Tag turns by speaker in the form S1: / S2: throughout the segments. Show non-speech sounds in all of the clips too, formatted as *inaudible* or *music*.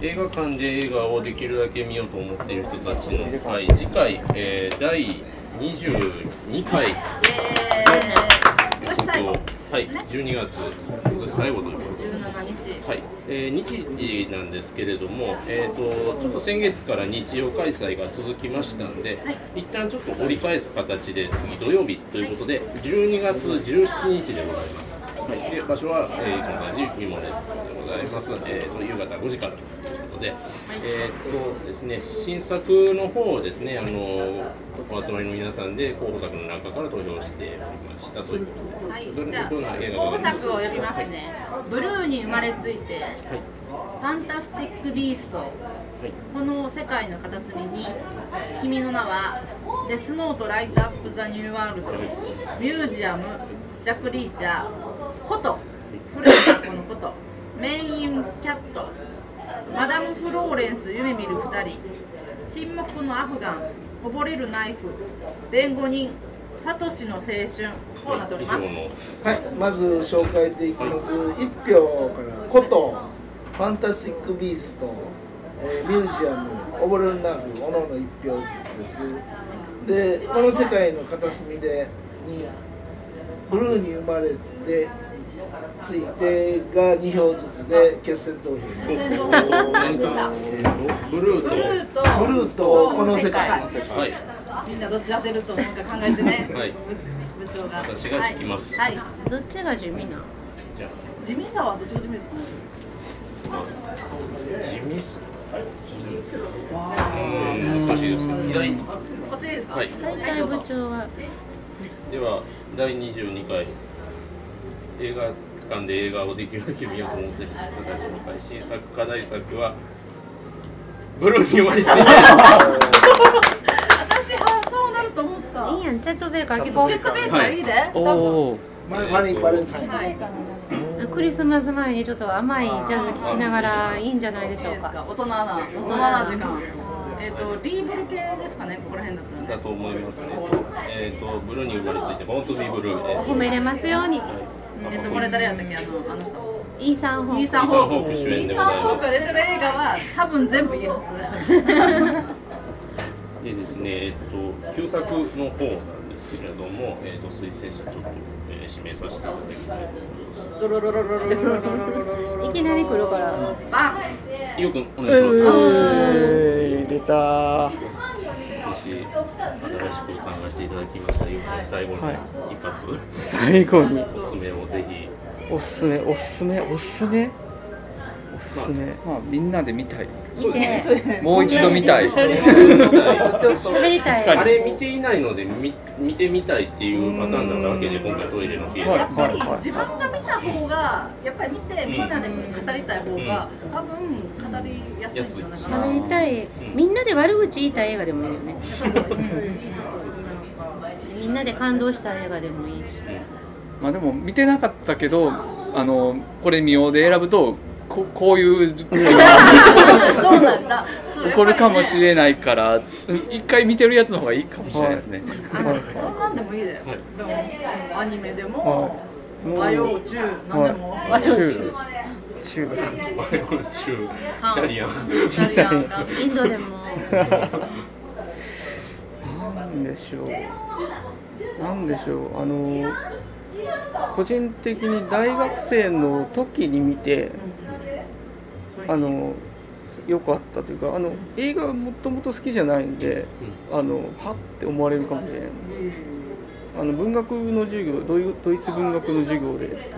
S1: 映画館で映画をできるだけ見ようと思っている人たちの会、次回、えー、第22回
S2: もし最後
S1: はい、12月、今年最後ということで
S2: 17日
S1: はい、えー日時なんですけれども、えーと、ちょっと先月から日曜開催が続きましたんで、一旦ちょっと折り返す形で、次土曜日ということで、12月17日でございます。はい、で場所は、えー、いつも同じミモレでございます、えーと夕方5時からということで、えーとですね、新作の方をですね、あのお集まりの皆さんで候補作の中から投票しておりましたということで、
S2: はい
S1: どれ
S2: じゃあ
S1: どんな映画
S2: 候
S1: が
S2: 補作を呼びますねブルーに生まれついて
S1: はい
S2: ファンタスティック・ビースト
S1: はい
S2: この世界の片隅に君の名はデスノートライトアップザニューワールドミュージアムジャックリーチャーことフレーこのことメインキャットマダム・フローレンス夢見る2人沈黙のアフガン溺れるナイフ弁護人サトシの青春こうなっております
S1: 以上の
S3: はい、まず紹介していきます。一票から、こと、ファンタスティックビースト、えーミュージアム、オボルンナフ、おのおの一票ずつです。で、この世界の片隅で、に、ブルーに生まれて、ついてが2票ずつで決選投票
S1: お
S3: になり
S2: お
S3: ます
S2: ー出た
S1: ブルー
S2: ブ
S1: と
S2: ルーと
S3: ブルーとこの世界
S1: はい
S2: みんなどっち当てると思うか考えて
S3: *laughs*
S2: ね、
S1: はい
S2: 部長が
S1: 私が引きます
S2: はい、はいどっちが地味な
S1: じゃ
S2: 地味さはどっちが地味ですか
S1: あ地味っすうん難しいですね左
S2: こっちですか
S1: はい
S2: 大体部長が
S1: では第22回映画館で映画をできるだけ見ようと思っている人たちの会新作課題作はブルーに生まれついて
S2: 私はそうなると思った
S4: いいやん、チャットベーカー聞
S2: ポ
S4: こ
S2: ケットベーカ
S1: は
S2: ー
S1: い
S2: いいで、
S5: おお
S3: マイバリーバレンタイン。
S2: はいいいで
S4: う。クリスマス前にちょっと甘いジャズ聴きながらいいんじゃないでしょう
S2: す
S4: か。
S2: か大人な大人な時間えっ、とリーブル系ですかねここら辺だったら
S1: だ
S2: ね
S1: と思いますねえっ、とブルーに生まれついてボーントビーブルーで
S4: 褒めれますように。
S2: えっ、とこれ誰やったっけあのあの人
S4: イーサンホ
S2: イー
S4: ーク。
S2: サン・ホ
S1: イーサンホ
S2: ー
S1: ー
S2: ク
S1: ク主演でございます
S2: イーサン・ホークが出てる映画は多分全部いい *laughs* は
S1: でですね、えっと、旧作の方なんですけれども、えっと、推薦者ちょっと、えー指名させていただきたいと思いま
S2: ずドロロロロロロロロロロロ
S4: いきなり来るから。
S2: バン
S1: す。ゆうくん、お願いしま
S5: えー、出た
S1: す。私、新しく参加していただきました、ゆうくん、最後に
S5: はい
S1: 一発、
S5: 最後に
S1: おすすめをぜひ。
S5: おすすめおすすめおすすめおすすめまあみんなで見たい
S1: そうですね。
S5: もう一度見たい
S4: 喋りた
S1: あ
S4: い。
S1: れ見ていないので見見てみたいっていうパターンだったわけで今回トイレの経
S5: はい
S2: やっぱり
S5: はい
S2: 自分が見た方がやっぱり見てみんなで語りたい方が多分語りやすいんじゃないかな。
S4: 喋りたい。みんなで悪口言いたい映画でもいいよね。みんなで感動した映画でもいいし。
S5: まあでも見てなかったけどあのこれ見ようで選ぶとここういう
S2: そうなんだ。 *laughs*
S5: 起こるかもし
S2: れ
S5: れないからうん一回見てるやつの方がいいかもしれないですね、
S2: ない。そんなんでもいいで。で
S1: はい
S2: もアニメでも
S5: い
S2: 和洋中なんでも和洋中。
S5: 中国
S1: 中、イタリアン。
S2: イタリアンが
S4: インドでも。
S6: なんでしょう。なんでしょう。あの個人的に大学生の時に見て、あの良かったというか、あの映画はもともと好きじゃないんで、あのはって思われるかもしれない。あの文学の授業ドイ、ドイツ文学の授業で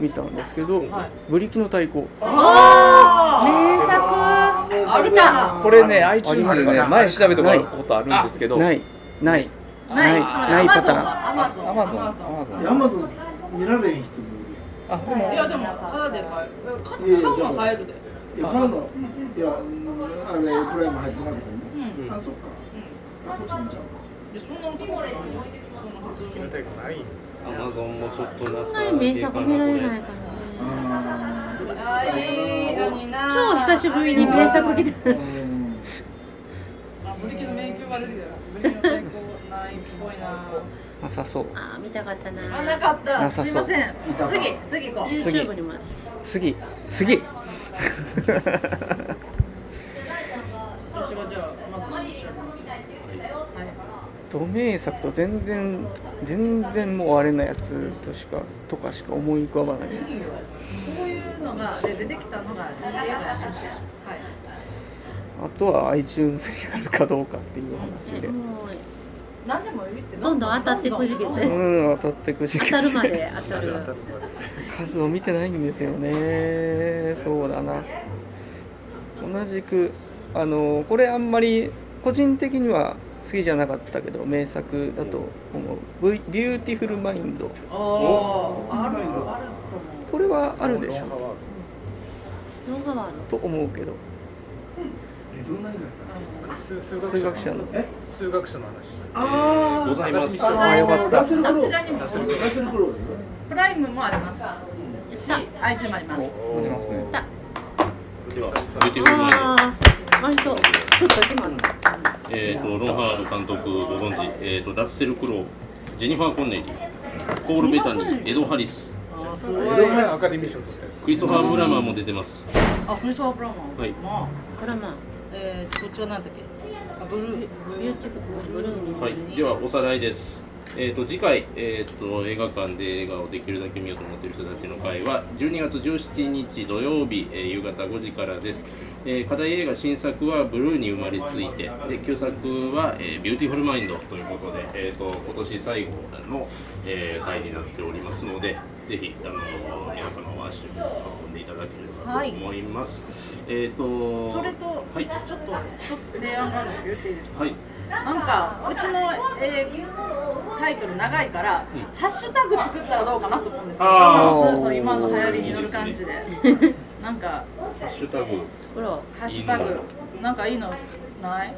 S6: 見たんですけど、ブリキの太鼓。
S4: 名作。
S2: あ見た。
S5: これね iTunes
S6: あり
S5: で
S6: ます
S5: ね
S6: か
S5: 前調べたことあるんですけど
S6: ない、ない、
S2: ない。ちょっと待って。アマ
S6: パタ
S2: ゾン
S6: ーン。
S2: は。アマゾン。
S5: アマゾンアマゾン
S3: アマゾン見られへん人も
S2: いやでもただで買える。買
S3: いる。
S2: うの買えるで。
S3: いやいやいや、買うの、いや、あれ、プライム入ってなくても。あ、そっか。あ、こっち見ちゃう。
S2: いやそんな男の子ないよ
S1: *laughs* アマゾンもちょっとな
S4: そん
S1: さ
S4: なに名作見られないからね。
S2: いいのにな
S4: 超久しぶりに名作来た。
S2: あブリキの迷宮が出てきたよブリキの迷宮ないっぽいな
S6: なさそう。
S4: ああ、見たかったな。
S2: あなかった
S6: なさそう
S2: すいません次次行こう
S4: YouTube にもある。
S6: 次、次。 *laughs* ド名作と全然全然もうあれなやつとしかとかしか思い浮かばない
S2: こういうのがで出てきたのが映画やしましたはい
S6: あとは iTunes にあるかどうかっていう話で
S4: も
S2: 何でもいいって
S4: うどんどん当たってくじけ
S6: う
S4: て
S6: ん当たってくじ
S4: 当
S6: け
S4: たるま
S6: て
S4: で当たる
S6: 数を見てないんですよねそうだな同じくあのこれあんまり個人的には好きじゃなかったけど名作だと思う「ビュビューティフル・マインド
S2: おおーあるあると思」
S6: これはあるでしょ
S4: ノンハワーの
S6: と思うけど
S3: えどんな映画やったの
S7: 数数
S6: 数学者の
S3: え
S7: 数学者の話
S3: あ
S1: ございます。
S2: う
S6: あよかった
S3: ラセルクロ
S2: ど
S3: ウ
S2: ちらにも
S3: ラセルクロウ
S2: プライムもありますし iTunes もあります
S5: ありますね
S1: では、
S7: 久々
S1: ビューティフルマインド
S4: ああ割とスッと決まった
S1: えー、とロン・ハワード監督ご存知、えー、とラッセル・クロウジェニファー・コンネリーポール・ベタニーエド・ハリス
S2: あす
S3: ごい
S7: アカデミー賞取ったや
S1: クリストファー・ブラマーも出てます
S2: あクリストファー・ブラマ
S1: はい
S2: ンも
S4: ドラマ
S2: えーこっちは何だっけあブルー
S4: 「ビューティフルブルーに
S1: はい、ではおさらいです。えー、と次回、えー、と映画館で映画をできるだけ見ようと思っている人たちの会は12月17日土曜日、えー夕方5時からです、えー課題映画新作は「ブルーに生まれついて」で旧作は、えービューティフルマインド」ということで、えー、と今年最後の、えー会になっておりますのでぜひ、あの皆様は足を運んでいただければと思います、えっ、と
S2: それと
S1: はい
S2: ちょっと一つ提案があるんですけど言っていいですか
S1: はい
S2: なんかうちの、えータイトル長いから、ハッシュタグ作ったらどうかなと思うんですけど
S1: あ
S6: ー
S2: そうそう今の流行りに乗る感 *laughs* じでなんか
S1: ハッシュタグ
S4: 作ろ
S2: ハッシュタグなんかいいのない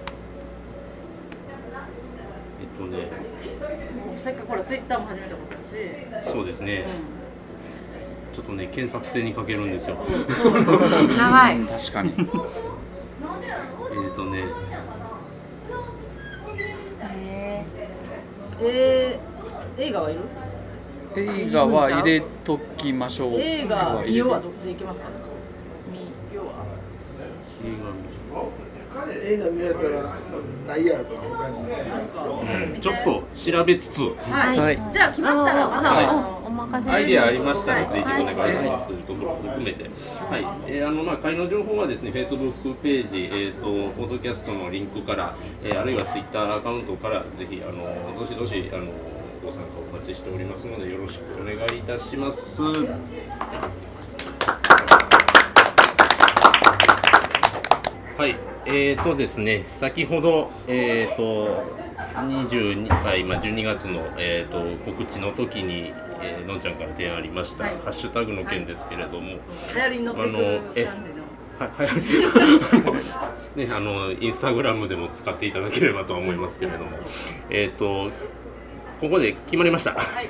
S1: えっ、とね
S2: せっかくこれツイッターも始めたことだし、
S1: そうですね、ちょっとね検索性に欠けるん *laughs* ですよ
S4: う長い
S5: 確かに
S1: えっとね
S2: えー、映画はいる
S5: 映画は入れときましょう
S2: 映画「
S5: 入
S2: 見
S5: れ
S2: よう」
S5: と
S2: はどこでいけますかね見ようは
S1: 映
S3: 映画見られたらないやろと他に
S2: なんか、
S1: 画見
S2: 見
S1: る
S2: て
S1: ちょっと調べつつ
S2: はい、
S6: はい
S2: じゃあ決まったらまた、
S1: はい
S2: あ
S4: あ
S2: の
S4: おお任せです
S1: アイディアありましたら
S4: は
S1: ぜひお
S4: はい
S1: 願いしますというところを含めて、はいえーあのまあ、会の情報はですね、Facebook ページ、えーと、ポッドキャストのリンクから、えーあるいは Twitter アカウントから、ぜひ、あのどしどしあのご参加お待ちしておりますので、よろしくお願いいたします。はい、えーとですね、先ほど、えーと、22回、まあ、12月の、えーと告知の時に、えーのんちゃんから提案ありました、
S2: はい
S1: ハッシュタグの件ですけれども、
S2: 流行りに乗ってくる感じの
S1: はい、 *laughs* ね、あのインスタグラムでも使っていただければとは思いますけれども、えっ、と、ここで決まりました。
S2: はい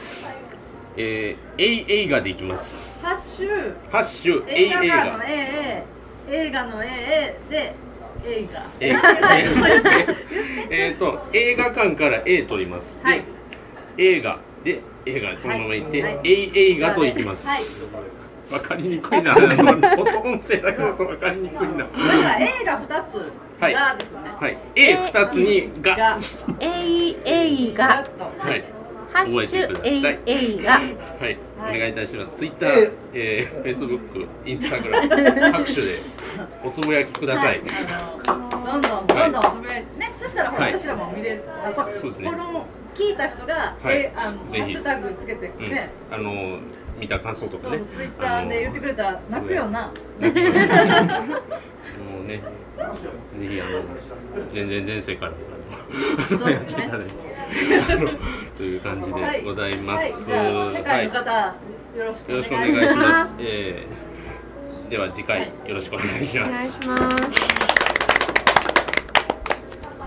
S1: えー、えい映画でいきます。
S2: ハッシュ
S1: ハッシュ、えい
S2: 映
S1: 映
S2: 画
S1: 画。
S2: 館の AA 映画の AA で映画
S1: え
S2: *laughs*
S1: ーえーと、映画館から A 取ります。で
S2: はい
S1: 映画で映画そのままいって、
S2: はい
S1: えい映画といきます。わ、
S2: はい、
S1: かりにくいな。あの音音声だけだとわかりにくいな。
S2: だから映画二つ
S1: はい
S2: がですよね、
S1: はい、A 二つにが
S2: が。
S4: えいえい
S2: ガッ
S4: が
S2: と
S1: はい。
S4: ハッシ
S1: 覚
S4: ュ
S1: えてくださ
S4: え
S1: い
S4: いえいが
S1: はい、
S2: はい
S1: お願いいたします。ツイッター、えー、フェイスブック、インスタグラム、各種でおつぶやきください。
S2: どんどんどんどんつぶやいて、ねそしたらほら
S1: はい
S2: 私らも見れる、あこれ
S1: そうですね
S2: この聞いた人が、
S1: はい
S2: えあのハ
S1: ぜひ
S2: ッシュタグつけて
S1: うん
S2: ね、、
S1: あのー見た感想とか
S2: そう
S1: ね。
S2: そうツイッターで言ってくれたら
S1: あのー
S2: 泣くよな
S1: 泣きますもうね、ぜひあの全然前世からあ
S2: そう
S1: の
S2: で
S1: やっ
S2: す
S1: てい
S2: ね
S1: ただいて、あのという感じでございます。
S2: はい、はいじゃあ世界の
S1: は
S2: 方、よろしく
S1: い
S2: お
S1: よろ
S2: 願い
S1: し
S2: し
S1: くお願いし
S2: ま
S1: ますす。えーでは次回よろしくお願いし
S4: お
S1: ま
S4: 願い
S1: す
S4: し。ます